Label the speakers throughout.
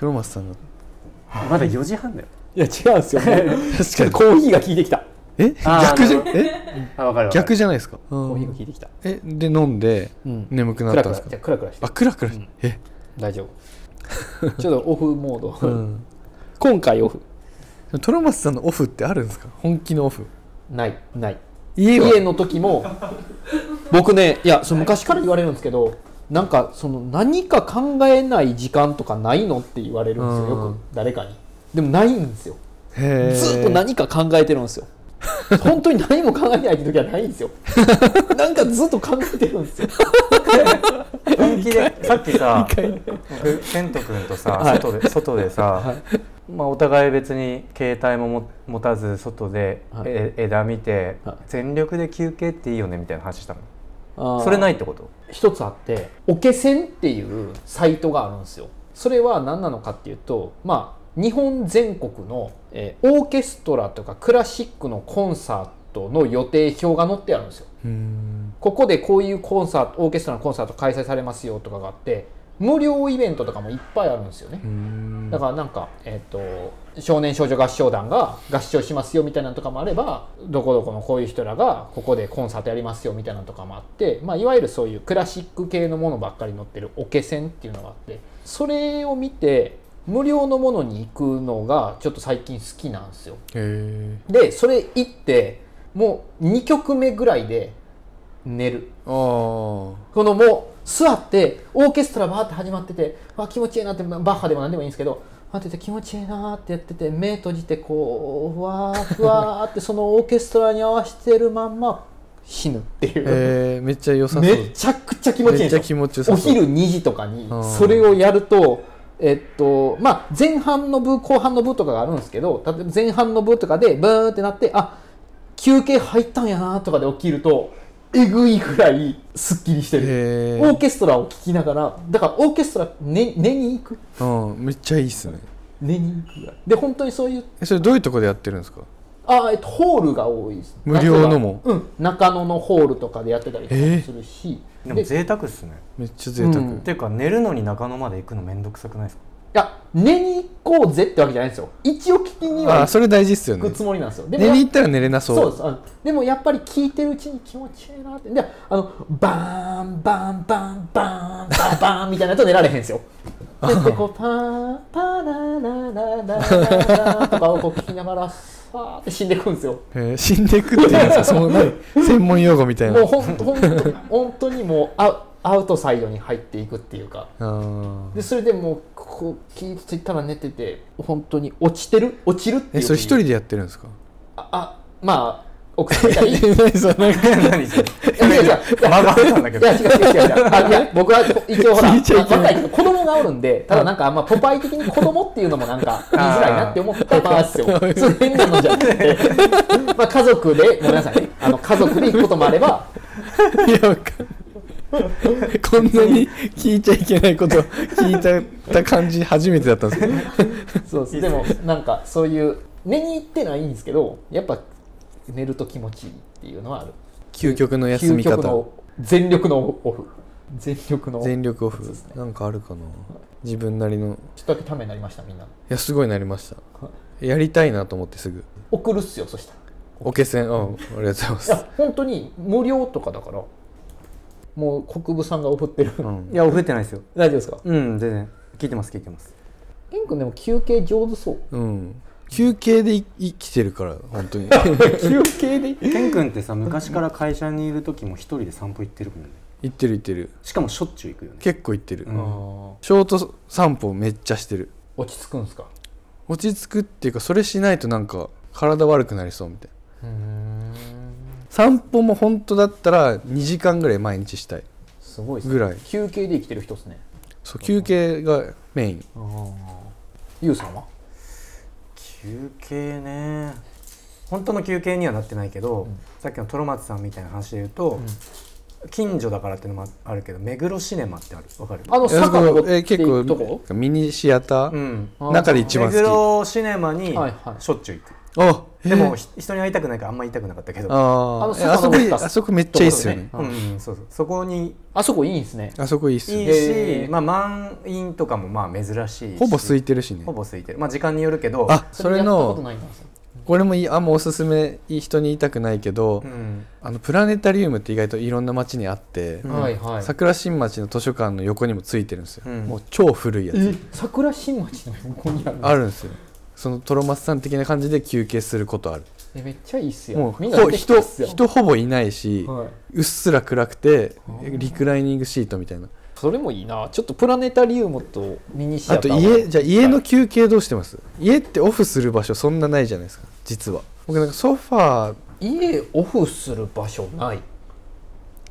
Speaker 1: ロマスさんの
Speaker 2: まだ4時半だよ
Speaker 3: いや違うんですよねちょっとコーヒーが効いてきた
Speaker 1: え
Speaker 2: あー
Speaker 1: 逆じゃ
Speaker 2: なる
Speaker 1: え
Speaker 2: あわかるわかる
Speaker 1: 逆じゃないですか
Speaker 3: コーヒーが効いてきた
Speaker 1: えで飲んで
Speaker 3: うん
Speaker 1: 眠くな
Speaker 3: ク
Speaker 1: っ
Speaker 3: ラ
Speaker 1: た
Speaker 3: ク
Speaker 1: んです
Speaker 3: ラ
Speaker 1: か
Speaker 3: じゃあクラクラして
Speaker 1: あクラクラ
Speaker 3: うん
Speaker 1: え
Speaker 3: 大丈夫ちょっとオフモー
Speaker 1: う
Speaker 3: ド
Speaker 1: ん
Speaker 3: 今回オフ
Speaker 1: トロマスさんのオフってあるんですか本気のオフ
Speaker 3: ないない
Speaker 1: 家は
Speaker 3: 家の時も僕ねいやその昔から言われるんですけどなんかその何か考えない時間とかないのって言われるんですよ
Speaker 1: うん
Speaker 3: よく誰かにでもないんですよ
Speaker 1: へー
Speaker 3: ずっと何か考えてるんですよ本当に何も考えないって時はないんですよなんかずっと考えてるんですよ
Speaker 2: 本気 でさっきさ僕ケント君とさ
Speaker 3: はい
Speaker 2: 外で外でさまあお互い別に携帯もも持たず外で
Speaker 3: はい
Speaker 2: え枝見て
Speaker 3: はい
Speaker 2: 全力で休憩っていいよねみたいな話したの
Speaker 3: そ
Speaker 2: それないいってこと
Speaker 3: 一つあっておけせんっていうサイトがあるんですよそれは何なのかっていうとまあ日本全国の、えーオーケストラとかクラシックのコンサートの予定表が載ってあるんですよ
Speaker 1: うん
Speaker 3: ここでこういうコンサートオーケストラのコンサート開催されますよとかがあって無料イベントとかもいっぱいあるんですよね
Speaker 1: うん
Speaker 3: だからなんか、えっと少年少女合唱団が合唱しますよみたいなのとかもあればどこどこのこういう人らがここでコンサートやりますよみたいなのとかもあって、まあ、いわゆるそういうクラシック系のものばっかり載ってるオケセンっていうのがあってそれを見て無料のものに行くのがちょっと最近好きなんですよ。
Speaker 1: へ
Speaker 3: でそれ行ってもう2曲目ぐらいで寝る。
Speaker 1: ーあ あ
Speaker 3: このもう座ってオーケストラバーって始まっててあ気持ちいいなってまあバッハでも何でもいいんですけど待ってて気持ちいいなってやってて目閉じてこうふわーふわーってそのオーケストラに合わせてるまんま死ぬっていう、
Speaker 1: えーめっちゃ 良さそう
Speaker 3: めちゃくちゃ気持ちいい
Speaker 1: めっ
Speaker 3: ん
Speaker 1: ちゃ
Speaker 3: です
Speaker 1: 気
Speaker 3: よ
Speaker 1: 持ちよ
Speaker 3: お
Speaker 1: さそう
Speaker 3: 昼2時とかに
Speaker 1: うん
Speaker 3: それをやると、えっとまあ、前半の部後半の部とかがあるんですけど例えば前半の部とかでブーンってなってあ休憩入ったんやなとかで起きるとえぐいぐらいすっきりしてる。
Speaker 1: へ
Speaker 3: オーケストラを聴きながらだからオーケストラ寝寝に行く
Speaker 1: ーうんめっちゃいいっすね
Speaker 3: 寝に行くぐらいで本当にそういう
Speaker 1: えそれどういうとこでやってるんですか
Speaker 3: あー、えっと、ホールが多いです
Speaker 1: 無料のも
Speaker 3: 例えばうん中野のホールとかでやってたりとかもするし、
Speaker 2: でも
Speaker 3: でい
Speaker 2: 贅沢っすね
Speaker 1: めっちゃ贅沢、
Speaker 3: うん
Speaker 2: っていうか寝るのに中野まで行くのめんどくさくないですか
Speaker 3: や寝に行こうぜってわけじゃないんですよ一応聞きに
Speaker 1: あ
Speaker 3: は
Speaker 1: あそれ大事っすよ
Speaker 3: 行
Speaker 1: ね
Speaker 3: くつもりなんですよでも
Speaker 1: 寝に行ったら寝れなそう
Speaker 3: そうですあでもやっぱり聞いてるうちに気持ちいいなってであのバーンバーンバーンバーンバーンバーンみたいなやつは寝られへんすよででこうパーンパーララララララとかをこう聞きながらさーって死んでいくんですよ
Speaker 1: えー死んでいくっていうんですかその何専門用語みたいな
Speaker 3: もうほんほんと本当にもうアアウトサイドに入っていくっていうか
Speaker 1: あー
Speaker 3: でそれでもうこう気ついたら寝てて本当に落ちてる落ちるってい
Speaker 1: え
Speaker 3: う
Speaker 1: それ一人でやってるんですか
Speaker 3: ああまあ奥さんいたり
Speaker 1: え何そのなんか
Speaker 2: 何それ
Speaker 3: いやいやいや
Speaker 2: 間があったんだけ
Speaker 3: い
Speaker 2: ど
Speaker 3: や違う違う違う違うあいや僕は 一応ほら
Speaker 1: 聞いちゃいけない
Speaker 3: 若い子供がおるんでただなんかあんまポパイ的に子供っていうのもなん か言いづらいなって思ったパーですよ それ変なのじゃなくてまあ家族でごめんなさいねあの家族で行くこともあれば
Speaker 1: いやわかんないこんなに聞いちゃいけないこと聞いた感じ初めてだったんですけど
Speaker 3: そうですでもなんかそういう寝に行ってないんですけどやっぱ寝ると気持ちいいっていうのはある
Speaker 1: 究極の休み
Speaker 3: 究極
Speaker 1: 方
Speaker 3: の全力のオフ全力のちょっ
Speaker 1: 全力オフ、
Speaker 3: そうですね
Speaker 1: なんかあるかな自分なりのい
Speaker 3: とだけためになりましたみんな
Speaker 1: やすごいなりましたやりたいなと思ってすぐ
Speaker 3: 送るっすよそしたら
Speaker 1: おけせんあありがとうございま
Speaker 3: い
Speaker 1: す
Speaker 3: や本当に無料とかだからもう国分さんが送ってる、
Speaker 1: うん
Speaker 2: いや覚えてないですよ
Speaker 3: 大丈夫ですか
Speaker 2: うん全然聞いてます聞いてます
Speaker 3: ケン君でも休憩上 手そう
Speaker 1: うん休憩でい生きてるから本当に
Speaker 3: 休憩で
Speaker 2: ケン君ってさ昔から会社にいる時も一人で散歩行ってるもんね
Speaker 1: 行ってる行ってる
Speaker 2: しかもしょっちゅう行くよね
Speaker 1: 結構行ってる、
Speaker 2: う
Speaker 3: あ
Speaker 2: ん
Speaker 3: ー
Speaker 1: ショート散歩めっちゃしてる
Speaker 3: 落ち着くんですか
Speaker 1: 落ち着くっていうかそれしないとなんか体悪くなりそうみたいな
Speaker 3: うん
Speaker 1: 散歩も本当だったら2時間ぐらい毎日したい
Speaker 3: すごいっすね
Speaker 1: ぐらい
Speaker 3: 休憩で生きてる人っすね
Speaker 1: そう休憩がメイン
Speaker 3: ゆうさんは
Speaker 2: 休憩ね本当の休憩にはなってないけど、
Speaker 3: うん
Speaker 2: さっきのトロマツさんみたいな話で言うと、近所だからっていうのもあるけど目黒シネマってあるわかる
Speaker 3: あの
Speaker 1: いやそこ
Speaker 3: 坂登って
Speaker 1: え
Speaker 3: いくと
Speaker 1: 結
Speaker 3: こ
Speaker 1: 構ミニシアター、
Speaker 2: うん
Speaker 3: あー
Speaker 1: 中で
Speaker 2: 目
Speaker 1: 一番好き
Speaker 2: 黒シネマに
Speaker 3: はいはい
Speaker 2: しょっちゅう行く、
Speaker 1: あ
Speaker 2: でも
Speaker 1: へえ
Speaker 2: ひ人に会いたくないからあんまり言いたくなかったけど
Speaker 1: あ
Speaker 3: あ
Speaker 1: あ
Speaker 3: の
Speaker 1: えあそこいい
Speaker 3: 坂の上
Speaker 1: あそこめっちゃいいっすよね
Speaker 3: とこ
Speaker 2: うんうんそうそうそこに
Speaker 3: あそこいいんですね
Speaker 1: あそこいいっすよ
Speaker 2: い
Speaker 1: ね
Speaker 2: い
Speaker 3: へ
Speaker 2: し
Speaker 3: ー、
Speaker 2: まあ、満員とかもまあ珍しいし
Speaker 1: ほぼ空いてるしね
Speaker 2: ほぼ空いてるまあ時間によるけど
Speaker 1: あそれ
Speaker 3: やったこと
Speaker 1: の
Speaker 3: ないな
Speaker 1: これもいいあんまおすすめいい人に言いたくないけど、
Speaker 2: うん
Speaker 1: あのプラネタリウムって意外といろんな町にあって、
Speaker 2: うん
Speaker 3: はいはい
Speaker 1: 桜新町の図書館の横にもついてるんですよ、
Speaker 2: うん
Speaker 1: もう超古いや
Speaker 3: え
Speaker 1: つ
Speaker 3: 桜新町の向こうにある
Speaker 1: あるんですよそのトロマスさん的な感じで休憩することある
Speaker 3: えめっちゃいいっすよ
Speaker 1: もう
Speaker 3: みんな
Speaker 1: ほ
Speaker 3: 出てきて
Speaker 1: 人
Speaker 3: っすよ、
Speaker 1: 人ほぼいないし、
Speaker 3: はいう
Speaker 1: っすら暗くて
Speaker 3: あー
Speaker 1: リクライニングシートみたいな
Speaker 3: それもいいなちょっとプラネタリウムとミニシ
Speaker 1: あ
Speaker 3: アタ
Speaker 1: と
Speaker 3: ー
Speaker 1: 家じゃあ家の休憩どうしてます、家ってオフする場所そんなないじゃないですか実は僕なんかソファー
Speaker 3: 家オフする場所ない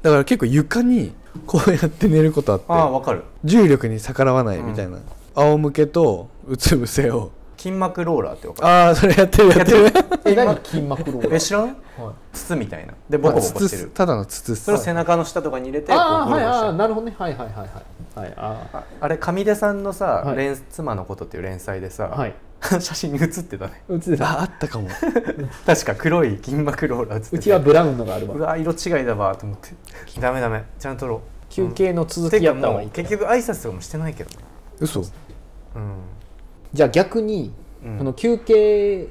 Speaker 1: だから結構床にこうやって寝ることあって
Speaker 2: ああわかる
Speaker 1: 重力に逆らわないみたいな、仰向けとうつ伏せを
Speaker 2: 筋膜ローラーってわかる
Speaker 1: ああそれやってるやってる
Speaker 3: え何筋膜ローラ
Speaker 2: え
Speaker 3: ー
Speaker 2: 知らない
Speaker 3: はい
Speaker 2: 筒みたいなでボコボコしてる
Speaker 1: ただの筒っす
Speaker 2: それを背中の下とかに入れてこう
Speaker 3: ああー
Speaker 2: ゴ
Speaker 3: は
Speaker 2: ロ
Speaker 3: い
Speaker 2: ゴロして
Speaker 3: あ
Speaker 2: る
Speaker 3: あなるほどねはいはいはいはいはいあ
Speaker 2: ああれ上出さんのさ、
Speaker 3: はい
Speaker 2: 連妻のことっていう連載でさ、
Speaker 3: あはい
Speaker 2: 写真に写ってたね
Speaker 3: うちだ
Speaker 1: ああったかも
Speaker 2: 確か黒い銀幕ローラー写ってて
Speaker 3: うちはブラウンのがある
Speaker 2: う
Speaker 3: わ
Speaker 2: わ色違いだわと思ってダメダメちゃんと撮ろう
Speaker 3: 休憩の
Speaker 2: うん
Speaker 3: 続
Speaker 2: て
Speaker 3: き
Speaker 2: か
Speaker 3: やった方
Speaker 2: も
Speaker 3: がいういけど
Speaker 2: 結局挨拶とかもしてないけどね
Speaker 1: 嘘
Speaker 2: うん
Speaker 3: じゃあ逆に、
Speaker 2: うん
Speaker 3: この休憩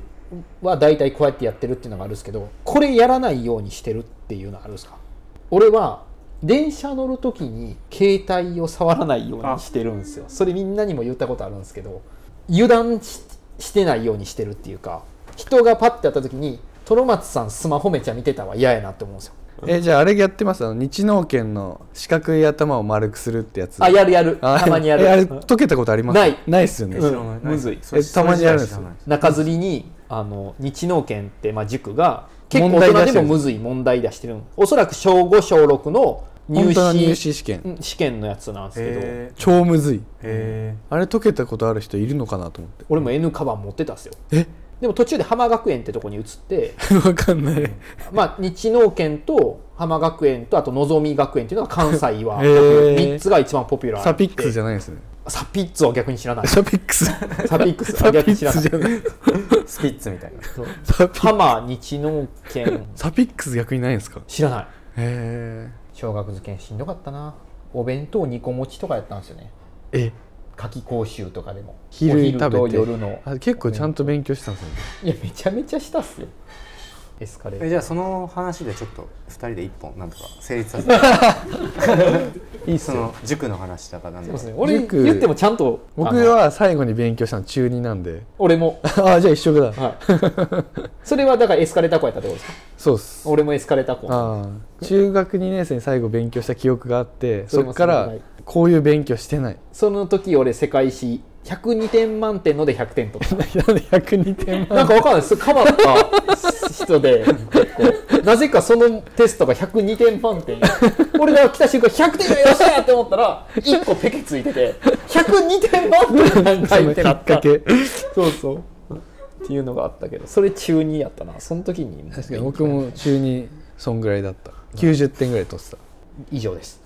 Speaker 3: は大体こうやってやってるっていうのがあるんですけどこれやらないようにしてるっていうのはあるんですか俺は電車乗る時に携帯を触らないようにしてるんですよそれみんなにも言ったことあるんですけど油断ししてないようにしてるっていうか人がパッてやった時に「トロマツさんスマホめちゃ見てたわ嫌やな」って思うんですよ
Speaker 1: えじゃああれやってますあの日農研の四角い頭を丸くするってやつ
Speaker 3: あやるやる
Speaker 1: あ
Speaker 3: たまにや
Speaker 1: えあれ
Speaker 3: る
Speaker 1: 溶けたことあります
Speaker 3: ない
Speaker 1: ないっすよね、
Speaker 3: うん
Speaker 2: 知らない
Speaker 3: むずい
Speaker 2: それ
Speaker 1: えたまにやるんですよ
Speaker 2: それ知らない
Speaker 3: 中吊りにあの日農研って、まあ、塾が結構
Speaker 1: 問題出し
Speaker 3: 大
Speaker 1: てる
Speaker 3: 人でもむずい問題出してるおそらく小5小6の入
Speaker 1: 本当の
Speaker 3: 試
Speaker 1: 入試試験、
Speaker 3: うん試験のやつなんですけど
Speaker 2: へ
Speaker 1: 超むずい
Speaker 2: えへ
Speaker 1: あれ溶けたことある人いるのかなと思って
Speaker 3: 俺も N カバン持ってたんですよ
Speaker 1: え
Speaker 3: でも途中で浜学園ってとこに移って、
Speaker 1: わかんない
Speaker 3: まあ、日農研と浜学園とあとのぞみ学園っていうのが関西は
Speaker 1: へー
Speaker 3: 3つが一番ポピュラー
Speaker 1: サピックスじ
Speaker 3: ゃ
Speaker 1: ゃないですね
Speaker 3: サピッツは逆に知らな い
Speaker 1: サピックス
Speaker 3: サピックス
Speaker 1: サ
Speaker 3: は
Speaker 1: ピ
Speaker 3: 逆に
Speaker 1: ッ
Speaker 3: 知ら
Speaker 1: ク
Speaker 3: な
Speaker 1: ス
Speaker 3: い
Speaker 1: じゃない
Speaker 2: えスピッツみたいな
Speaker 3: そう
Speaker 1: サピ
Speaker 3: 浜日農研
Speaker 1: サピックス逆にないんですか
Speaker 3: 知らない
Speaker 1: へ
Speaker 3: 小学受験しんどかったなお弁当2個持ちとかやったんですよね
Speaker 1: ええ
Speaker 3: 夏季講習とかでも
Speaker 1: 昼に食べて
Speaker 3: お昼と夜の
Speaker 1: あ結構ちゃんと勉強してたんですよね
Speaker 3: いやめちゃめちゃしたっすよエスカレー
Speaker 2: え
Speaker 3: ト
Speaker 2: じゃあその話でちょっと2人で1本なんとか成立させ ていいその塾の話だからなん
Speaker 3: そうで
Speaker 2: だ
Speaker 3: す
Speaker 2: か
Speaker 3: ね俺
Speaker 1: 塾
Speaker 3: 言ってもちゃんと
Speaker 1: 僕
Speaker 3: あの
Speaker 1: は最後に勉強したの中2なんで
Speaker 3: 俺も、
Speaker 1: ああじゃあ一緒だ
Speaker 3: はい、 それはだからエスカレーター校やったってことですか
Speaker 1: そうっす
Speaker 3: 俺もエスカレーター校
Speaker 1: ああ中学2年生に最後勉強した記憶があって
Speaker 3: それ
Speaker 1: そ
Speaker 3: も
Speaker 1: っからこういう勉強してない
Speaker 3: その時俺世界史102点満点ので100点とか
Speaker 1: なんで102点
Speaker 3: なんかわかんないです変わった人で結構なぜかそのテストが102点満点俺が来た瞬間100点がよっしゃーって思ったら1個ペケついてて102点満点なんかいってなった
Speaker 1: その引っ掛
Speaker 3: そうそうっていうのがあったけどそれ中2やったなその時に
Speaker 1: け確かに僕も中2そんぐらいだった90点ぐらい取ってた
Speaker 3: 以上です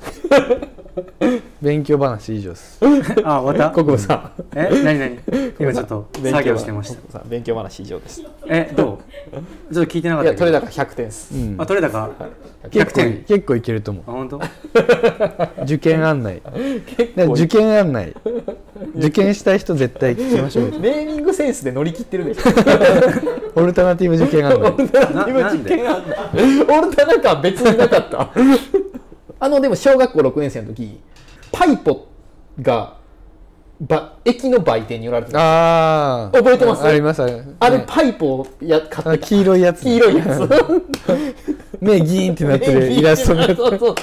Speaker 1: 勉強話以上です
Speaker 2: あ終わった
Speaker 3: 国語さん
Speaker 2: え何何今ちょっと作業してました
Speaker 3: た勉強話以上ですい
Speaker 2: えどうちょっと聞いてなかった
Speaker 3: や
Speaker 2: けど
Speaker 3: 取れ高100点です、
Speaker 1: うん
Speaker 2: あ取れたか100点
Speaker 1: 結構いけると思
Speaker 2: あ本 当
Speaker 1: う受験案内だから受験案内受験したい人絶対聞きましょう
Speaker 3: ネーミングセンスで乗り切ってるでしょ
Speaker 1: オルタナティブ受験案内
Speaker 2: ななんで
Speaker 3: 俺田中は別になかった あのでも小学校6年生の時パイポがば駅の売店に売られてた
Speaker 1: ああ
Speaker 3: 覚えてます
Speaker 1: ありますあります
Speaker 3: あれ
Speaker 1: ね
Speaker 3: パイポをや買
Speaker 1: あ
Speaker 3: って
Speaker 1: 黄色いやつ
Speaker 3: 黄 色いやつ
Speaker 1: 目ギーンってなって るイラストのやつ
Speaker 3: そう そう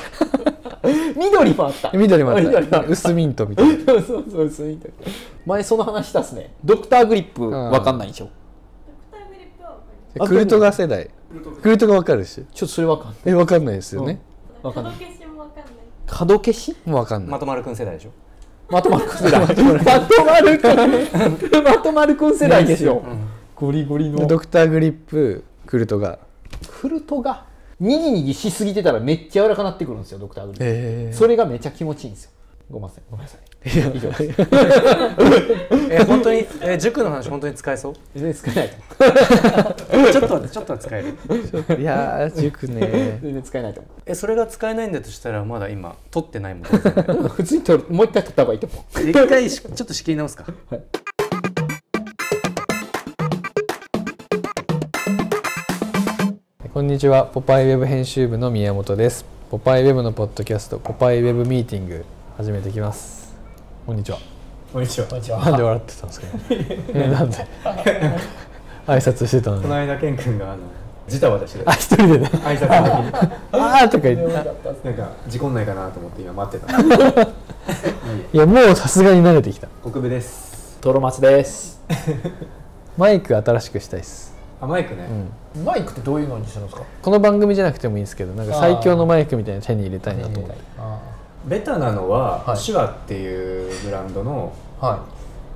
Speaker 3: 緑もあった
Speaker 1: 緑もあ
Speaker 3: 緑
Speaker 1: った薄ミントみたいな
Speaker 3: そうそうそう薄い前その話したっすねドクターグリップわかんないでしょあ
Speaker 1: クルトガ世代クルトガわかるし
Speaker 3: ちょっとそれわかんない
Speaker 1: えわかんないですよね
Speaker 3: わかんない
Speaker 4: 消しもわかんない。
Speaker 3: 角消し
Speaker 1: もうわかんな
Speaker 2: ま
Speaker 1: い
Speaker 2: とまるくん世代でしょ
Speaker 3: まとまるくん世代 まとまるくんまとまるくん世代です よゴリゴリの
Speaker 1: ドクターグリップクルトガ
Speaker 3: クルトがにぎにぎしすぎてたらめっちゃ柔らかなってくるんですよドクターグリップ
Speaker 1: ええ
Speaker 3: それがめちゃ気持ちいいんですよごめんなさいごめんなさい
Speaker 5: いや
Speaker 3: 以上で
Speaker 6: え本当にえ塾の話本当に使えそう
Speaker 3: 全然使えないと思
Speaker 6: ちょっとはちょっとは使える
Speaker 5: いやー塾
Speaker 3: う
Speaker 5: ね
Speaker 3: 全然使えないと思
Speaker 6: えそれが使えないんだとしたらまだ今取って ないもん全然
Speaker 3: う普通に取るもう一回取った方がいいと思う
Speaker 6: 一回しちょっと仕切り直すか
Speaker 3: はい
Speaker 1: こんにちは、ポパイウェブ編集部の宮本です。ポパイウェブのポッドキャスト、ポパイウェブミーティング、始めていきます。こんにちは。
Speaker 3: こんにちはこんにち
Speaker 1: なん
Speaker 3: は
Speaker 1: で笑ってたんですか、 ね、えなんで挨拶してたのに。あ、
Speaker 2: 間健君があのジタバタしてた
Speaker 1: 一人でね。
Speaker 2: 挨拶の時
Speaker 1: あーとか言って。
Speaker 2: になんか事故んないかなと思って今待っ てた
Speaker 1: いや、もうさすがに慣れてきた。
Speaker 2: 国部です
Speaker 3: トロマツです
Speaker 1: マイク新しくしたいです。
Speaker 2: あマイクね、
Speaker 3: マイクってどういうのにするんですか
Speaker 1: この番組じゃなくてもいいんですけど、なんか最強のマイクみたいなの手に入れたいなと思って。
Speaker 3: は
Speaker 2: ベタなのは、
Speaker 3: はい
Speaker 2: 手話っていうブランドの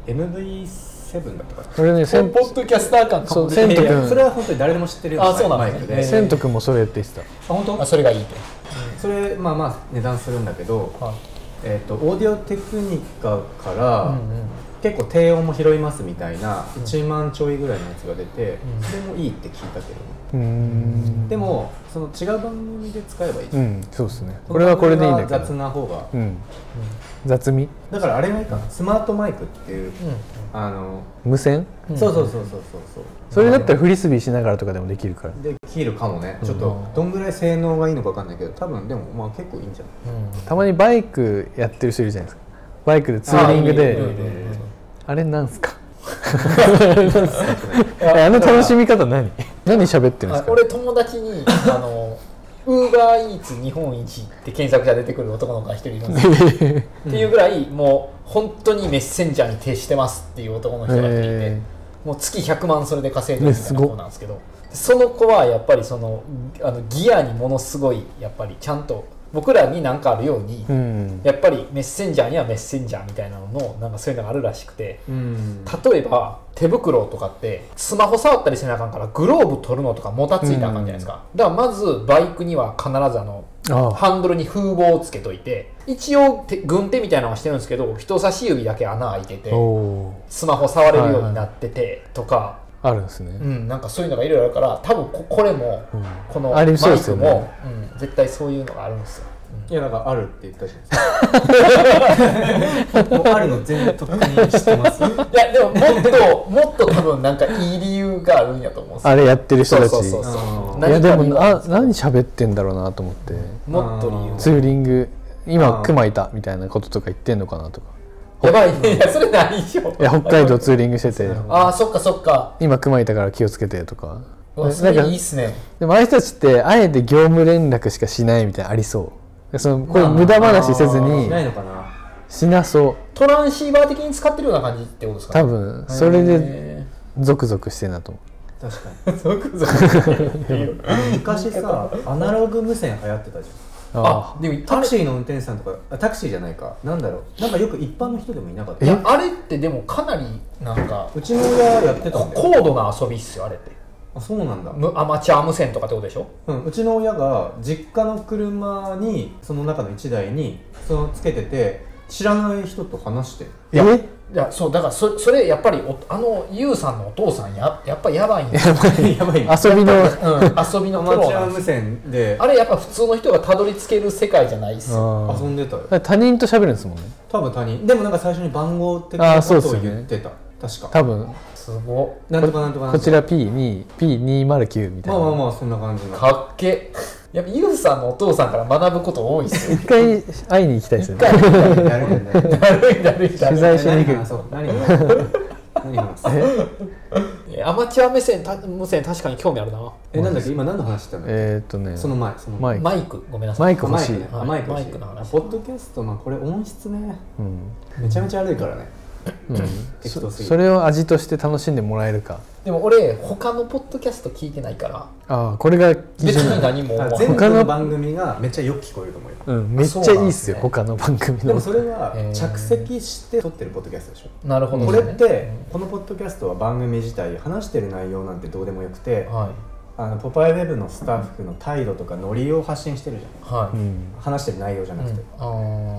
Speaker 3: い
Speaker 2: MV7 だったかな
Speaker 1: これね、せん
Speaker 3: ポッドキャスター感
Speaker 1: そう
Speaker 3: か
Speaker 1: セント
Speaker 2: いやそ
Speaker 1: 君、
Speaker 2: れは本当に誰でも知ってるよう
Speaker 3: あそうな
Speaker 2: マ
Speaker 3: ん
Speaker 2: イ
Speaker 3: で
Speaker 2: ク
Speaker 3: すね
Speaker 2: で、
Speaker 3: ね
Speaker 1: セント君もそれって言ってた。
Speaker 2: あ本当
Speaker 3: あそれがいいと
Speaker 2: それまあまあ値段するんだけど、
Speaker 3: はい
Speaker 2: えっとオーディオテクニカから、
Speaker 3: うんうん
Speaker 2: 結構低音も拾いますみたいな1万ちょいぐらいのやつが出て、それもいいって聞いたけどね、
Speaker 1: うーん。
Speaker 2: でもその違う番組で使えばいいじゃん
Speaker 1: うん、そうですね。これはこれでいいんだけど。
Speaker 2: 雑な方が、
Speaker 1: うん、雑味
Speaker 2: だからあれがいいかなスマートマイクっていう、あの、
Speaker 1: 無線
Speaker 2: そうそうそうそうそうそう
Speaker 1: それだったらフリスビーしながらとかでもできるから
Speaker 2: で切るかもねちょっとどんぐらい性能がいいのかわかんないけど多分でもまあ結構いいんじゃない
Speaker 1: たまにバイクやってる人いるじゃないですかバイクでツーリングであれなんす かあの楽しみ方何何喋ってるんですか
Speaker 3: 俺友達にあの ウーバーイーツ日本一って検索者出てくる男の子が一人いるんですよ っていうぐらいもう本当にメッセンジャーに徹してますっていう男の人がいて、
Speaker 1: へ
Speaker 3: もう月100万それで稼いでるみたい
Speaker 1: ね
Speaker 3: な
Speaker 1: すごっ
Speaker 3: 子なんですけどその子はやっぱりそのあのギアにものすごいやっぱりちゃんと僕らに何かあるように、
Speaker 1: うん
Speaker 3: やっぱりメッセンジャーにはメッセンジャーみたいなののなんかそういうのがあるらしくて、
Speaker 2: うん
Speaker 3: 例えば手袋とかってスマホ触ったりせなあかんからグローブ取るのとかもたついたらあかんじゃないですか、だからまずバイクには必ずあの
Speaker 1: あ
Speaker 3: ハンドルに風防をつけといて一応手軍手みたいなのはしてるんですけど人差し指だけ穴開いてて
Speaker 1: あおー
Speaker 3: スマホ触れるようになっててとか、
Speaker 1: あるんですね
Speaker 3: うん、なんかそういうのがいろいろあるから多分ここれも、
Speaker 1: ん
Speaker 3: このマ
Speaker 1: あ
Speaker 3: イ
Speaker 1: り
Speaker 3: クも
Speaker 1: そうですよね
Speaker 3: うん、絶対そういうのがあるんですよ
Speaker 2: いやだからあるって言ったじゃないですかもうあるの全部とっくに知ってます
Speaker 3: いやでももっと もっと多分なんかいい理由があるんやと思うんですよ
Speaker 1: あれやってる人
Speaker 3: そ
Speaker 1: た
Speaker 3: う
Speaker 1: ち
Speaker 3: そうそう
Speaker 1: い
Speaker 3: そう
Speaker 2: うん
Speaker 1: や
Speaker 3: 何
Speaker 1: で
Speaker 3: か理由
Speaker 1: も
Speaker 3: があるん
Speaker 1: あ
Speaker 3: ですよ
Speaker 1: 何喋ってんだろうなと思って
Speaker 3: もっと理由
Speaker 1: ツーリング今
Speaker 2: あー
Speaker 1: クマいたみたいなこととか言ってんのかなとか
Speaker 3: やばい ね。いや、それないよ。
Speaker 1: いや北海道ツーリングしてて
Speaker 3: ああ、そっかそっか。
Speaker 1: 今クマいたから気をつけてとか
Speaker 3: うわ
Speaker 1: ね
Speaker 3: それ
Speaker 1: なんか
Speaker 3: いいっすね。
Speaker 1: でもああいう人たちってあえて業務連絡しかしないみたいなのありそうでそのこれ無駄話せず
Speaker 2: し
Speaker 1: に
Speaker 2: ないのかな
Speaker 1: しなそう
Speaker 3: トランシーバー的に使ってるような感じってことですか
Speaker 1: 多分それでゾクゾクしてんなと思
Speaker 2: 確かに
Speaker 3: 分。ゾクゾク
Speaker 2: 昔さアナログ無線流行ってたじゃん
Speaker 1: うあ
Speaker 3: あ、でも、タ
Speaker 2: タク
Speaker 3: クシ
Speaker 2: シ
Speaker 3: ー。
Speaker 2: ーの運転手さんとかあタクシーじゃないかなんだろうなんかよく一般の人でもいなかっ
Speaker 3: い
Speaker 2: た
Speaker 3: や、あれってでもかなり、なんか、
Speaker 2: うちの親やってたんだよ
Speaker 3: 高度な遊びっすよ、あれって。
Speaker 2: あそうなんだ、
Speaker 3: むアマチュア無線とかってことでしょ
Speaker 2: うん、うちの親が実家の車にその中の1台にそのつけてて知らない人と話 してる
Speaker 1: え
Speaker 3: いや、そう、だからそ、それ、やっぱりお、あの、ゆうさんのお父さんや、やっぱやばいんで すよ。
Speaker 2: やばいア
Speaker 1: 遊び の
Speaker 3: うん、遊びのプ
Speaker 2: マ
Speaker 3: ロ
Speaker 2: チュ
Speaker 3: な
Speaker 2: ア
Speaker 3: んで
Speaker 2: 無
Speaker 3: す
Speaker 2: 線で
Speaker 3: あれ、やっぱ普通の人がたどり着ける世界じゃないっすよ。
Speaker 1: あ
Speaker 2: 遊んでたよ
Speaker 1: ー他人と喋るんですもんね
Speaker 2: 多分他人でもなんか最初に番号的な
Speaker 1: あそ
Speaker 2: こ
Speaker 1: うっ
Speaker 2: と
Speaker 1: す
Speaker 2: を
Speaker 1: よね
Speaker 2: 言ってた確か
Speaker 1: 多分
Speaker 3: すごっ。
Speaker 2: なんとかなんとかなん
Speaker 1: こと
Speaker 2: か
Speaker 1: ちら P2P209 みた
Speaker 2: ま
Speaker 1: い
Speaker 2: あ
Speaker 1: な、
Speaker 2: まあまあそんな感じの
Speaker 3: かっけえやっぱゆうさんのお父さんから学ぶこと多い っすよ
Speaker 1: 一回会いに行きたいですよね
Speaker 2: やるんだ よね
Speaker 3: だるいだるいだ
Speaker 1: 取
Speaker 3: る
Speaker 1: 材しに行
Speaker 2: 何話そう何話そう何話 そう
Speaker 3: いアマチュア目線た無線確かに興味あるな
Speaker 2: えなんだっけ今何の話してたの
Speaker 1: えーっとね
Speaker 2: その前その
Speaker 1: マイク
Speaker 3: マイクごめんなさ
Speaker 1: マ
Speaker 3: い
Speaker 1: イク欲しい、
Speaker 2: ねあマイク欲しい
Speaker 3: マイクの話
Speaker 2: ポッドキャストまあこれ音質ね
Speaker 1: うん
Speaker 2: めちゃめちゃ悪いからね
Speaker 1: うん、
Speaker 2: 適当すぎ
Speaker 1: そ
Speaker 2: る
Speaker 1: れを味として楽しんでもらえるか
Speaker 3: でも俺他のポッドキャスト聞いてないから
Speaker 1: ああこれが基
Speaker 3: 別
Speaker 1: 準な
Speaker 3: に
Speaker 1: んだ
Speaker 3: 何も思
Speaker 2: だ
Speaker 3: わ
Speaker 2: から
Speaker 3: ない
Speaker 2: 全
Speaker 1: 他
Speaker 2: 部
Speaker 1: の
Speaker 2: の番組がめっちゃよく聞こえると思うよ
Speaker 1: うん、めっちゃいいっすよ
Speaker 3: そう
Speaker 1: 他の番組
Speaker 2: で
Speaker 1: の
Speaker 2: もそれは
Speaker 3: へー
Speaker 2: 着席して撮ってるポッドキャストでしょ
Speaker 3: なるほど
Speaker 2: こ
Speaker 3: ね
Speaker 2: れってこのポッドキャストは番組自体話してる内容なんてどうでもよくて
Speaker 3: は
Speaker 2: あのポパイウェブのスタッフの態度とかノリを発信してるじ
Speaker 3: いは
Speaker 1: う
Speaker 3: い
Speaker 1: ん
Speaker 2: ゃん話してる内容じゃなくて
Speaker 3: あ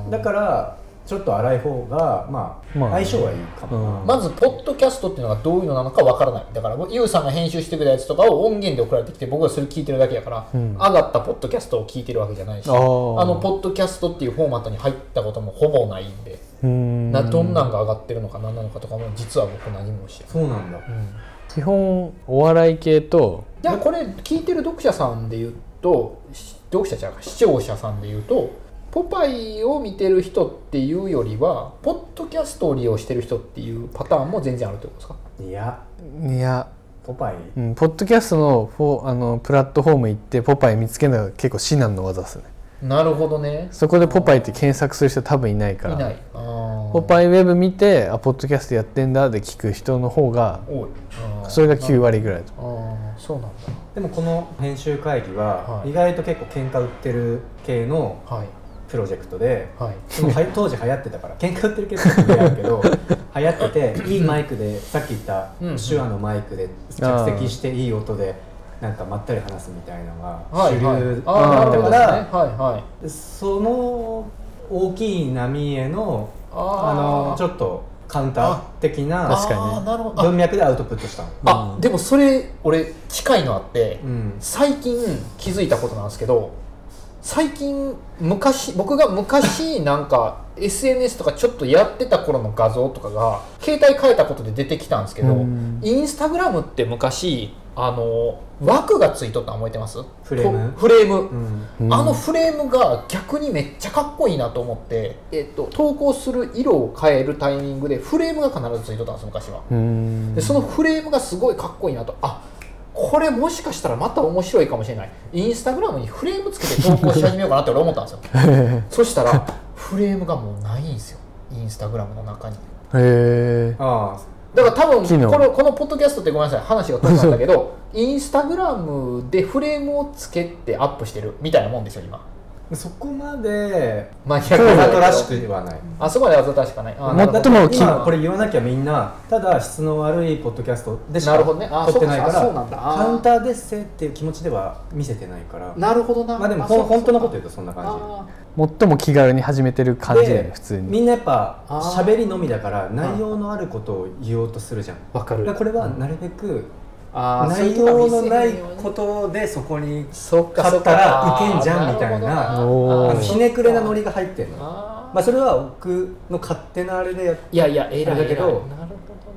Speaker 3: ー
Speaker 2: だからちょっと荒い方がまあ
Speaker 1: まあ
Speaker 2: 相性はいいかもな、
Speaker 1: うん
Speaker 3: まずポッドキャストっていうのがどういうのなのかわからないだからユウさんが編集してくれたやつとかを音源で送られてきて僕はそれ聞いてるだけやから、
Speaker 1: ん
Speaker 3: 上がったポッドキャストを聞いてるわけじゃないし
Speaker 1: あ
Speaker 3: あ
Speaker 1: ー
Speaker 3: のポッドキャストっていうフォーマットに入ったこともほぼないんで、
Speaker 1: うん
Speaker 3: などんなんが上がってるのか何なのかとかも実は僕何もしてない
Speaker 2: そうなんだ、
Speaker 1: 基本お笑い系と
Speaker 3: いやこれ聞いてる読者さんで言うとし読者じゃない視聴者さんで言うと「ポパイ」を見てる人っていうよりはポッドキャストを利用してる人っていうパターンも全然あるってことですか
Speaker 2: いや
Speaker 1: いや、
Speaker 2: ポパイ
Speaker 1: うん、ポッドキャストのフォーあのプラットフォーム行ってポパイ見つけるのが結構至難の技ですね
Speaker 3: なるほどね
Speaker 1: そこでポパイって検索する人多分いないから
Speaker 3: いないあ
Speaker 1: ポ
Speaker 3: イ
Speaker 1: パイウェブ見てあポッドキャストやってんだで聞く人の方が
Speaker 3: 多いあー
Speaker 1: それが9割ぐらいと
Speaker 3: あーそうなんだ
Speaker 2: でもこの編集会議は
Speaker 3: はい
Speaker 2: 意外と結構喧嘩売ってる系の
Speaker 3: はい
Speaker 2: プロジェクトで、
Speaker 3: はい
Speaker 2: その は当時流行ってたから喧嘩売ってる系のプロジェクトだけど流行ってていいマイクでさっき言った
Speaker 3: うん
Speaker 2: 手話のマイクで着席していい音でなんかまったり話すみたいなのが
Speaker 3: はい
Speaker 2: 主流
Speaker 3: はい
Speaker 2: だっ
Speaker 3: あーなるほ
Speaker 2: たか
Speaker 3: どね
Speaker 2: ら
Speaker 3: はいはい
Speaker 2: その大きい波へのあのち
Speaker 3: ょっ
Speaker 2: ょっとカウンター的な
Speaker 1: 確かにね
Speaker 3: なるほどあ
Speaker 2: 文脈でアウトプットしたの。
Speaker 3: あでもそれ俺近いのあって、
Speaker 2: うん
Speaker 3: 最近気づいたことなんですけど最近昔僕が昔なんか SNS とかちょっとやってた頃の画像とかが携帯変えたことで出てきたんですけど、
Speaker 1: うん
Speaker 3: インスタグラムって昔あの枠がついとったの覚えてます
Speaker 2: フレーム
Speaker 3: とフレーム、
Speaker 2: うん
Speaker 1: うん
Speaker 3: あのフレームが逆にめっちゃかっこいいなと思って、えっと、投稿する色を変えるタイミングでフレームが必ずついとったんです昔は。
Speaker 1: うん
Speaker 3: で そのフレームがすごいかっこいいなとあこれもしかしたらまた面白いかもしれないインスタグラムにフレームつけて投稿し始めようかなって俺思ったんですよそしたらフレームがもうないんですよインスタグラムの中に
Speaker 1: へえ
Speaker 2: あ
Speaker 3: だから多
Speaker 1: 機
Speaker 3: 分
Speaker 1: 能
Speaker 3: このこのポッドキャストってごめんなさい話が飛んだんだけどインスタグラムでフレームをつけてアップしてるみたいなもんですよ今
Speaker 2: あそこまで
Speaker 3: マニアック
Speaker 2: わ
Speaker 3: だ
Speaker 2: ざ
Speaker 3: け
Speaker 2: と
Speaker 3: ど
Speaker 2: らしくはない。
Speaker 3: あそこまでわざとらしくはないあ
Speaker 1: もっと
Speaker 3: なるほど
Speaker 1: もき
Speaker 2: 今これ言わなきゃみんなただ質の悪いポッドキャストでし
Speaker 3: な
Speaker 2: か
Speaker 3: るほどねあ
Speaker 2: 撮ってない
Speaker 3: そ
Speaker 2: か
Speaker 3: うからそうなんだあー
Speaker 2: カウンターですせっていう気持ちでは見せてないから
Speaker 3: なるほどな
Speaker 2: まあでも
Speaker 3: そう
Speaker 2: ほん本当のこと
Speaker 3: そう
Speaker 2: 言うとそんな
Speaker 3: あ
Speaker 2: 感
Speaker 3: ー
Speaker 1: 最も気軽に始めてる
Speaker 2: じ
Speaker 1: 感じだよね普通
Speaker 2: み
Speaker 1: に
Speaker 2: んなやっぱ
Speaker 3: あー
Speaker 2: 喋りのみだから内容のあることを言おうとするじゃん
Speaker 3: わか
Speaker 2: だ
Speaker 3: る
Speaker 2: からこれはなるべく
Speaker 3: あーそうい
Speaker 2: 内
Speaker 3: うとこ
Speaker 2: 容
Speaker 3: 見せ
Speaker 2: の
Speaker 3: へん
Speaker 2: ない
Speaker 3: ように
Speaker 2: ことでそこに
Speaker 3: そっかそっ
Speaker 2: 買っ
Speaker 3: か
Speaker 2: たらいけんじゃんみたいな
Speaker 1: おー
Speaker 2: あのひねくれなノ
Speaker 3: り
Speaker 2: リが入ってるの
Speaker 3: あー
Speaker 2: まあそれは僕の勝手なあれでやっ
Speaker 3: いやいやえらい
Speaker 2: だけ
Speaker 3: 偉
Speaker 2: ど
Speaker 3: いなるほ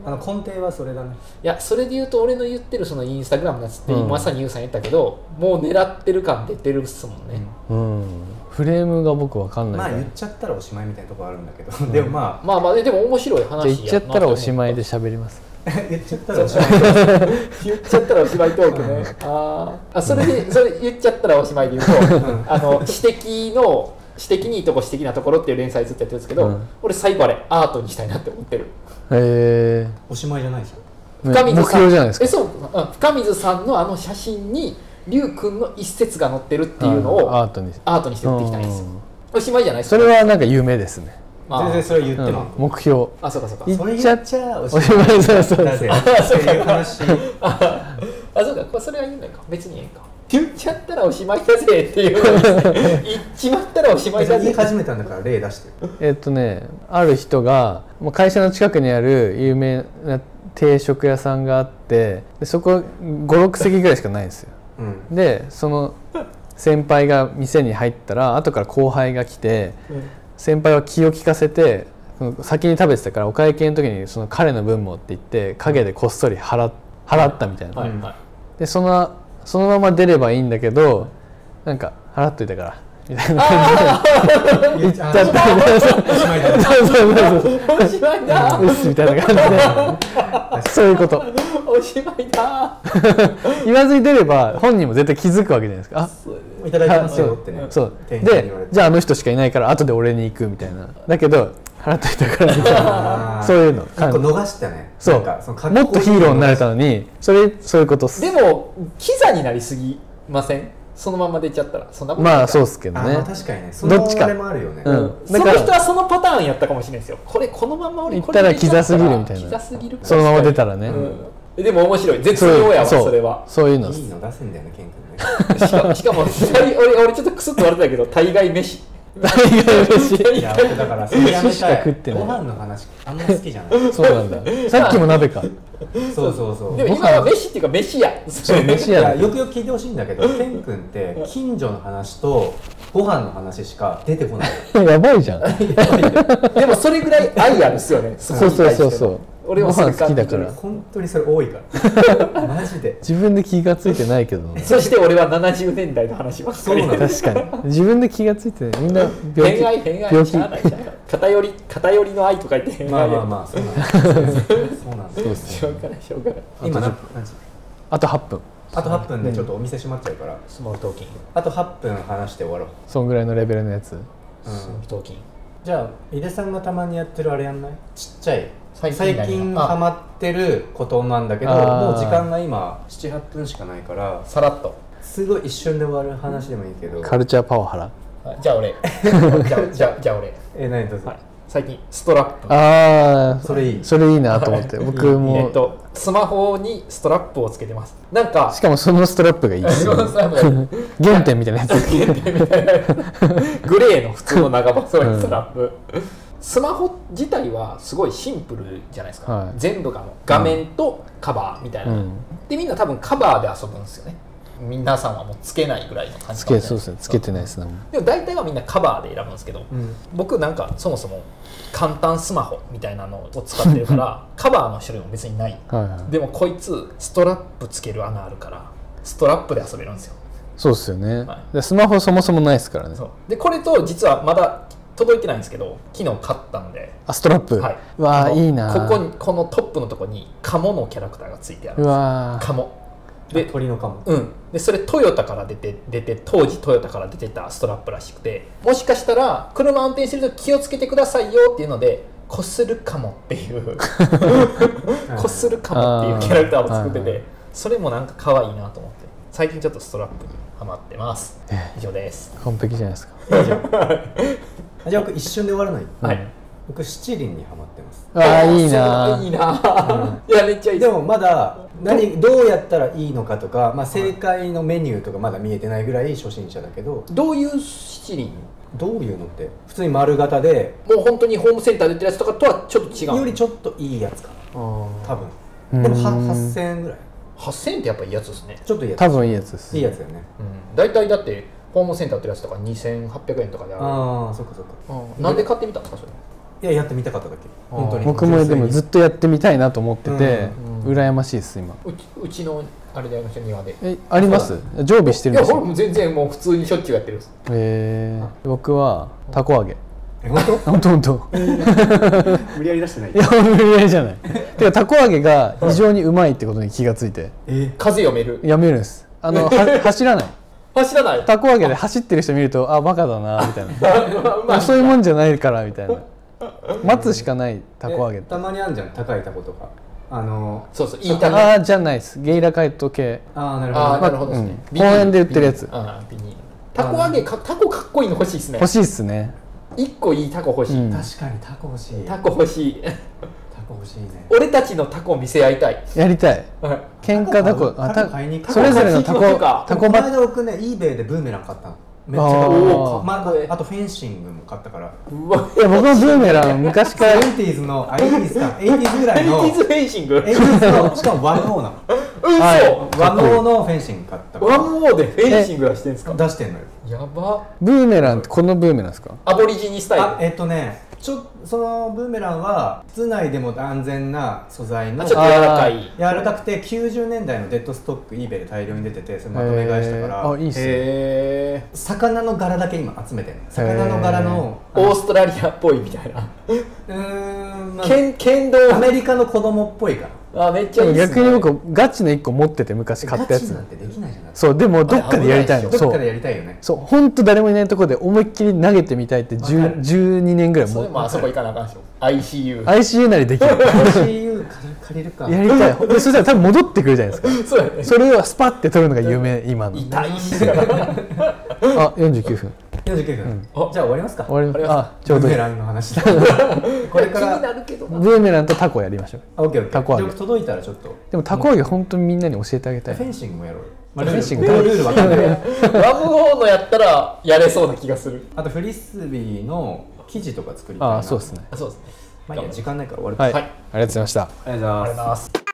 Speaker 2: あ
Speaker 3: ど
Speaker 2: の
Speaker 3: な
Speaker 2: 根底はそれだね
Speaker 3: いやそれで言うと俺の言ってるそのインスタグラムのやつって、
Speaker 1: うん
Speaker 3: まさにユウさん言ったけどもう狙ってる感出てるっすもんね、
Speaker 1: うんフレームが僕わかん
Speaker 2: ま
Speaker 1: な
Speaker 2: あ
Speaker 1: いから
Speaker 2: 言っちゃったらおしまいみたいなところあるんだけどでもま
Speaker 3: まあまあえでも面白い話
Speaker 1: じゃ
Speaker 3: や
Speaker 1: あ言っちゃったらおしまいです喋ります
Speaker 2: あ 言っちゃったらおしまい
Speaker 3: 言っちゃったらおしまいトークねあーあそれでそれ言っちゃったらおしまいで言うとあの指摘の指摘にいいとこ指摘なところっていう連載ずっとやってるんですけど、
Speaker 1: うん
Speaker 3: 俺最後あれアートにしたいなって思ってる
Speaker 1: へえ
Speaker 2: おしまいじゃないじゃん
Speaker 1: 目
Speaker 3: 深水さん
Speaker 1: 標じゃないですか
Speaker 3: えそううん深水さんのあの写真に龍くんの一節が載ってるっていうの
Speaker 1: あーアー
Speaker 3: を
Speaker 1: トに
Speaker 3: アートにして売っていきたいんですよ
Speaker 1: うん
Speaker 3: おしまいじゃないです
Speaker 1: そ
Speaker 3: か
Speaker 1: れはなんか夢ですね、
Speaker 3: まあ
Speaker 2: 全然それ言って
Speaker 1: う
Speaker 2: も
Speaker 1: ん、目標
Speaker 3: あそうかそうか
Speaker 1: い
Speaker 2: それ言っちゃおし
Speaker 1: おしま
Speaker 2: ま
Speaker 1: い
Speaker 2: い
Speaker 1: そうそう
Speaker 2: だぜっていう話
Speaker 3: あそうかこれそれは言うのか別にええんか言っちゃったらおしまいだぜっていうのに言っちまったらおしまいだ
Speaker 2: 言
Speaker 3: ぜ
Speaker 2: い始めたんだから例出してる
Speaker 1: えっとねある人がまあ会社の近くにある有名な定食屋さんがあってでそこ56席ぐらいしかないんですよ
Speaker 2: うん
Speaker 1: でその先輩が店に入ったら後から後輩が来て先輩は気を利かせてその先に食べてたからお会計の時にその彼の分もって言って陰でこっそり払っ払ったみたいな、
Speaker 3: はいは
Speaker 1: でそのそのまま出ればいいんだけどなんか払っといたからみたいな
Speaker 2: 言っち ゃ
Speaker 1: だったんだよ
Speaker 2: おしまいだ
Speaker 1: そうそうそうそう
Speaker 3: いおしまいだ
Speaker 1: うっすみたいな感じでそういうこと
Speaker 3: おしまいだ
Speaker 1: 言わずに出れば本人も絶対気づくわけじゃないですかあ
Speaker 2: いただいてますよってね
Speaker 1: そう
Speaker 2: 店員さんに
Speaker 1: で
Speaker 2: 言われて
Speaker 1: じゃああの人しかいないから後で俺に行くみたいなだけど払っといたからみたい
Speaker 2: あ
Speaker 1: な
Speaker 2: ー
Speaker 1: そういうの
Speaker 2: 一個逃したね
Speaker 1: そ
Speaker 2: な
Speaker 1: うん
Speaker 2: かそのか
Speaker 1: も
Speaker 2: こ
Speaker 1: っとヒーローになれたのにそれそういうことっす
Speaker 3: でもキザになりすぎませんそのまま出ちゃったらそんなことない
Speaker 1: まあ
Speaker 3: か
Speaker 1: そうっすけど
Speaker 2: あまあ
Speaker 1: ね
Speaker 2: 確かにねその
Speaker 1: どっちか
Speaker 2: あれもあるよね
Speaker 1: うん
Speaker 3: そ
Speaker 1: だ
Speaker 3: の
Speaker 1: か
Speaker 3: 人
Speaker 1: ら
Speaker 3: はそのパターンやったかもしれないですよこれこのまま俺
Speaker 1: 行ったらキザすぎるみたいな
Speaker 3: これで出ちゃったらキザすぎる
Speaker 1: そのまま出たらね
Speaker 3: うんえでも面白い絶妙やわ
Speaker 1: そう
Speaker 3: それは
Speaker 1: そういうのっ
Speaker 2: い
Speaker 1: す
Speaker 2: いの出すんだよねケン君ね
Speaker 3: しかしかも大俺俺ちょっとクスッと笑ってたけど大概飯
Speaker 1: 何が嬉しい
Speaker 2: いや俺だからそれやめ
Speaker 1: 飯しか
Speaker 2: た
Speaker 1: 食っ
Speaker 2: い
Speaker 1: てない
Speaker 2: ご飯の話あんま好きじゃない
Speaker 1: そうなんださっきも鍋か
Speaker 2: そうそうそう
Speaker 3: でも今は飯っていうか飯や
Speaker 1: そう飯
Speaker 2: い
Speaker 1: や
Speaker 2: や
Speaker 1: ろ
Speaker 2: よくよく聞いてほしいんだけどケン君って近所の話とご飯の話しか出てこない
Speaker 1: やばいじゃん
Speaker 3: でもそれぐらい愛あるっすよねそ
Speaker 1: そうそうそうそう
Speaker 3: 俺も
Speaker 1: ご
Speaker 3: それ
Speaker 1: 飯好きだから
Speaker 2: 本当にそれ多いからマジで
Speaker 1: 自分で気がついてないけどね
Speaker 3: そして俺は70年代の話ばっか
Speaker 2: そう
Speaker 3: り
Speaker 2: なの
Speaker 1: 確かに自分で気がついてないみんな病気
Speaker 3: 偏愛偏
Speaker 1: 病
Speaker 3: 愛
Speaker 1: 気
Speaker 3: しゃあないしゃあない偏り偏りの愛とか言って偏
Speaker 2: まあ
Speaker 3: 愛
Speaker 2: ま
Speaker 3: や
Speaker 2: あ
Speaker 3: ん
Speaker 2: まあそうなんだそうなんだ
Speaker 3: しょうがないしょうがない
Speaker 2: 今な何時
Speaker 1: あと8分
Speaker 2: あと8分でちょっとお店閉まっちゃうから
Speaker 3: スモールトーキング
Speaker 2: あと8分話して終わろ
Speaker 1: そんぐらいのレベルのやつ
Speaker 2: う、
Speaker 3: スモールトーキング
Speaker 2: じゃあ井出さんがたまにやってるあれやんないちっちゃい
Speaker 3: 最
Speaker 2: 最
Speaker 3: 近何
Speaker 2: 近ハマってることなんだけど
Speaker 1: あー
Speaker 2: もう時間が今78分しかないから
Speaker 3: さらっと
Speaker 2: すごい一瞬で終わる話でもいいけど
Speaker 1: カルチャーパワハラ
Speaker 3: あじゃあ俺じゃあじゃあじゃあ俺
Speaker 2: え何どうぞ、
Speaker 3: 最近ストラップ
Speaker 1: ああ
Speaker 2: それいい
Speaker 1: それいいなと思って僕
Speaker 3: えっ
Speaker 1: も
Speaker 3: とスマホにストラップをつけてますなんか
Speaker 1: しかもそのストラップがいいですよ
Speaker 3: そのストラッ
Speaker 1: 原点みたいなやつ
Speaker 3: グレーの普通の長細いストラップ、スマホ自体はすごいシンプルじゃないですか、
Speaker 1: はい
Speaker 3: 全部がもう画面とカバーみたいな、
Speaker 1: うん
Speaker 3: でみんな多分カバーで遊ぶんですよね皆さんはもうつけないぐらいの感じ
Speaker 1: つ
Speaker 3: かも
Speaker 1: け
Speaker 3: し
Speaker 1: そ
Speaker 3: れない
Speaker 1: うですねつけてないですね
Speaker 3: でも大体はみんなカバーで選ぶんですけど、
Speaker 2: うん
Speaker 3: 僕なんかそもそも簡単スマホみたいなのを使ってるから カバーの種類も別にない
Speaker 1: はいはい
Speaker 3: でもこいつストラップつける穴あるからストラップで遊べるんですよ
Speaker 1: そうですよね
Speaker 3: は
Speaker 1: でスマホそもそもないですからね
Speaker 3: そうでこれと実はまだ届いてないんですけど昨日買ったんで
Speaker 1: あストラップ
Speaker 3: は
Speaker 1: うわあ
Speaker 3: あの
Speaker 1: いいな
Speaker 3: ここにこのトップのとこにカモのキャラクターがついてある
Speaker 1: うん
Speaker 3: ですよ
Speaker 1: わー
Speaker 3: カモ
Speaker 2: で
Speaker 3: で
Speaker 2: 鳥のかも
Speaker 3: うん、でそれトヨタから出て出て当時トヨタから出てたストラップらしくてもしかしたら車運転してると気をつけてくださいよっていうのでこするかもっ ていうこするかもっていうキャラクターを作って
Speaker 1: あーはい
Speaker 3: てそれもなんか可愛いなと思って最近ちょっとストラップにハマってます以上です
Speaker 1: 完璧じゃないですか
Speaker 2: あじゃあ僕一瞬で終わらない
Speaker 3: はい
Speaker 2: 僕七輪にはまってます
Speaker 1: ああーいいない
Speaker 3: いないやめっちゃいい
Speaker 2: でもまだ何どうやったらいいのかとか、まあ、正解のメニューとかまだ見えてないぐらい初心者だけど
Speaker 3: どういう七輪
Speaker 2: どういうのって普通に丸型で
Speaker 3: もう本当にホームセンターで売ってるやつとかとはちょっと違う
Speaker 2: よりちょっといいやつかな多分
Speaker 1: うん
Speaker 2: でもは8000円ぐらい
Speaker 3: 8000円ってやっぱいいやつですね
Speaker 2: ちょっといいや
Speaker 1: 多分いいやつで
Speaker 2: つ
Speaker 1: す
Speaker 2: いいやつだよね
Speaker 3: うん大体だってホームセンター売ってるやつとか2800円とかであ
Speaker 2: ああそっかそっか
Speaker 3: るうんなんで買ってみたんですかそれ
Speaker 2: いややってみたかっただけ
Speaker 3: ー
Speaker 2: 本当に
Speaker 1: 僕もでもずっ
Speaker 2: と
Speaker 1: とやってみたいなと思ってて
Speaker 3: うんうん
Speaker 1: 羨ましいです今
Speaker 3: うちうちのあれでやりました庭で
Speaker 1: えあります常備して
Speaker 3: い
Speaker 1: るん
Speaker 3: や
Speaker 1: です
Speaker 3: 俺
Speaker 1: よ
Speaker 3: も全然もう普通にしょっちゅうやってるんです
Speaker 1: えー、僕はたこ揚げ
Speaker 2: 本当
Speaker 1: ほんとほんと
Speaker 6: 無理やり出してない
Speaker 1: いや無理やりじゃ ないてかたこ揚げが非常にうまいってことに気がついて
Speaker 3: 風読める
Speaker 1: やめるんですあのは 走らない
Speaker 3: 走 らない
Speaker 1: たこ揚げで走ってる人見るとあバカだなみたいな
Speaker 3: うまい
Speaker 1: そういうもんじゃないからみたいな待つしかないたこ揚げ
Speaker 2: えたまにあんじゃん高いタコとかあの
Speaker 3: そうそういいたね
Speaker 1: ああじゃないですゲイラカイト系
Speaker 2: ああなるほ
Speaker 3: ああ
Speaker 2: ど
Speaker 3: なるほどですね
Speaker 1: うん公園で売ってるやつ
Speaker 3: ああビニールタコ揚げかタコかっこいいの欲しいですね
Speaker 1: 欲しいっすね
Speaker 3: 一個いいタコ欲しい、
Speaker 1: うん
Speaker 2: 確かにタコ欲しい
Speaker 3: タ
Speaker 2: タ
Speaker 3: コ欲しい
Speaker 2: コ欲しいね
Speaker 3: 俺たちのタコ見せ合いたい
Speaker 1: やりたい
Speaker 3: はい
Speaker 1: 喧嘩だこ
Speaker 2: タコ買う
Speaker 1: あ
Speaker 2: タコ買いに行
Speaker 1: た
Speaker 2: く
Speaker 1: それぞれのタ
Speaker 3: タコ買いに行
Speaker 1: コ
Speaker 3: くのか
Speaker 1: タコ
Speaker 2: この
Speaker 1: バ
Speaker 2: 間僕ね eBay でブーメラン買ったのめっちゃ
Speaker 1: あ
Speaker 2: 買
Speaker 1: ー
Speaker 2: お
Speaker 3: かっこいい
Speaker 2: あとフェンシングも買ったから
Speaker 3: うわ
Speaker 1: いや僕のブーメラン昔か
Speaker 2: セ
Speaker 1: ら
Speaker 2: ブンティーズのあ 80s か 80s ぐら
Speaker 3: エ
Speaker 2: い
Speaker 3: イテ
Speaker 2: の
Speaker 3: ィーズフェンシング
Speaker 2: 80s のしかも和のなの
Speaker 3: 嘘、
Speaker 1: は
Speaker 2: 和ののフェンシング買ったか
Speaker 3: ワ
Speaker 2: ら
Speaker 3: ンモーでフェンシングはしてんすか
Speaker 2: 出してんのよ
Speaker 3: やば
Speaker 1: ブーメランってこのブーメランですか
Speaker 3: アボリジニス
Speaker 2: あ
Speaker 3: タイル
Speaker 2: えっとねちょそのブーメランは室内でも安全な素材の
Speaker 3: あちょっと柔らかい
Speaker 2: 柔らかくて90年代のデッドストック eBay で大量に出ててそれまとめ買いしたか
Speaker 1: へーあ
Speaker 2: ら
Speaker 1: いいっすね
Speaker 3: へえ
Speaker 2: 魚の柄だけ今集めてる魚の柄の
Speaker 3: オーストラリアっぽいみたいな
Speaker 2: うーん、まあ
Speaker 3: 剣剣道
Speaker 2: アメリカの子供っぽいから
Speaker 3: あめっち
Speaker 1: で
Speaker 3: ゃいい
Speaker 1: も
Speaker 3: っすね
Speaker 1: 逆に僕ガチの1個持ってて昔買ったや
Speaker 2: ガ
Speaker 1: つ
Speaker 2: チなんてできないじゃない
Speaker 1: そうでもどっかでやりたい
Speaker 3: あ
Speaker 1: の
Speaker 3: れ
Speaker 2: ど
Speaker 1: そ
Speaker 2: っかで
Speaker 1: う
Speaker 2: やりたいよね
Speaker 1: そう本当誰もいないとこで思いっきり投げてみたいって
Speaker 2: わか
Speaker 1: 10
Speaker 2: る
Speaker 1: 12年ぐらい
Speaker 3: そ
Speaker 1: も
Speaker 3: れ
Speaker 1: う
Speaker 3: もあそこ行かなあかんでしょ ICU
Speaker 1: ICU なり できる
Speaker 2: CU 借りるか
Speaker 1: やりたいでそしたら多分戻ってくるじゃないですか
Speaker 3: そうやね
Speaker 1: それをスパッて取るのが夢今の
Speaker 3: 痛いし
Speaker 1: あ49分
Speaker 2: 49分、じゃあ終わりますか
Speaker 1: 終わりま
Speaker 3: ありが
Speaker 1: す
Speaker 3: とう
Speaker 1: あちょ
Speaker 2: ブ
Speaker 1: うど
Speaker 2: ー
Speaker 1: いい
Speaker 2: メラン の話だこ
Speaker 3: これ
Speaker 2: れ
Speaker 3: か
Speaker 2: から
Speaker 3: 気に
Speaker 2: ら
Speaker 3: なるけどな
Speaker 1: ブーメランとタコやりましょう
Speaker 2: あオッケーオッケ
Speaker 1: タコ揚
Speaker 2: ー
Speaker 1: げ
Speaker 2: で届いたらちょっと
Speaker 1: でもタコ揚げ本当にみんなに教えてあげた
Speaker 2: フェ
Speaker 1: い
Speaker 2: ンシングもやろうよ
Speaker 1: まあ、フェンシング
Speaker 2: ルールわかんない
Speaker 3: ラブホーのやったらやれそうな気がする
Speaker 2: あとフリスビーの生地とか作りたいな
Speaker 1: ああそうですね
Speaker 3: あそうですね
Speaker 2: まあいいや時間ないから終わるか
Speaker 1: はい、
Speaker 3: はい
Speaker 1: ありがとうございました
Speaker 2: ありがとうございます
Speaker 3: ありがとうございます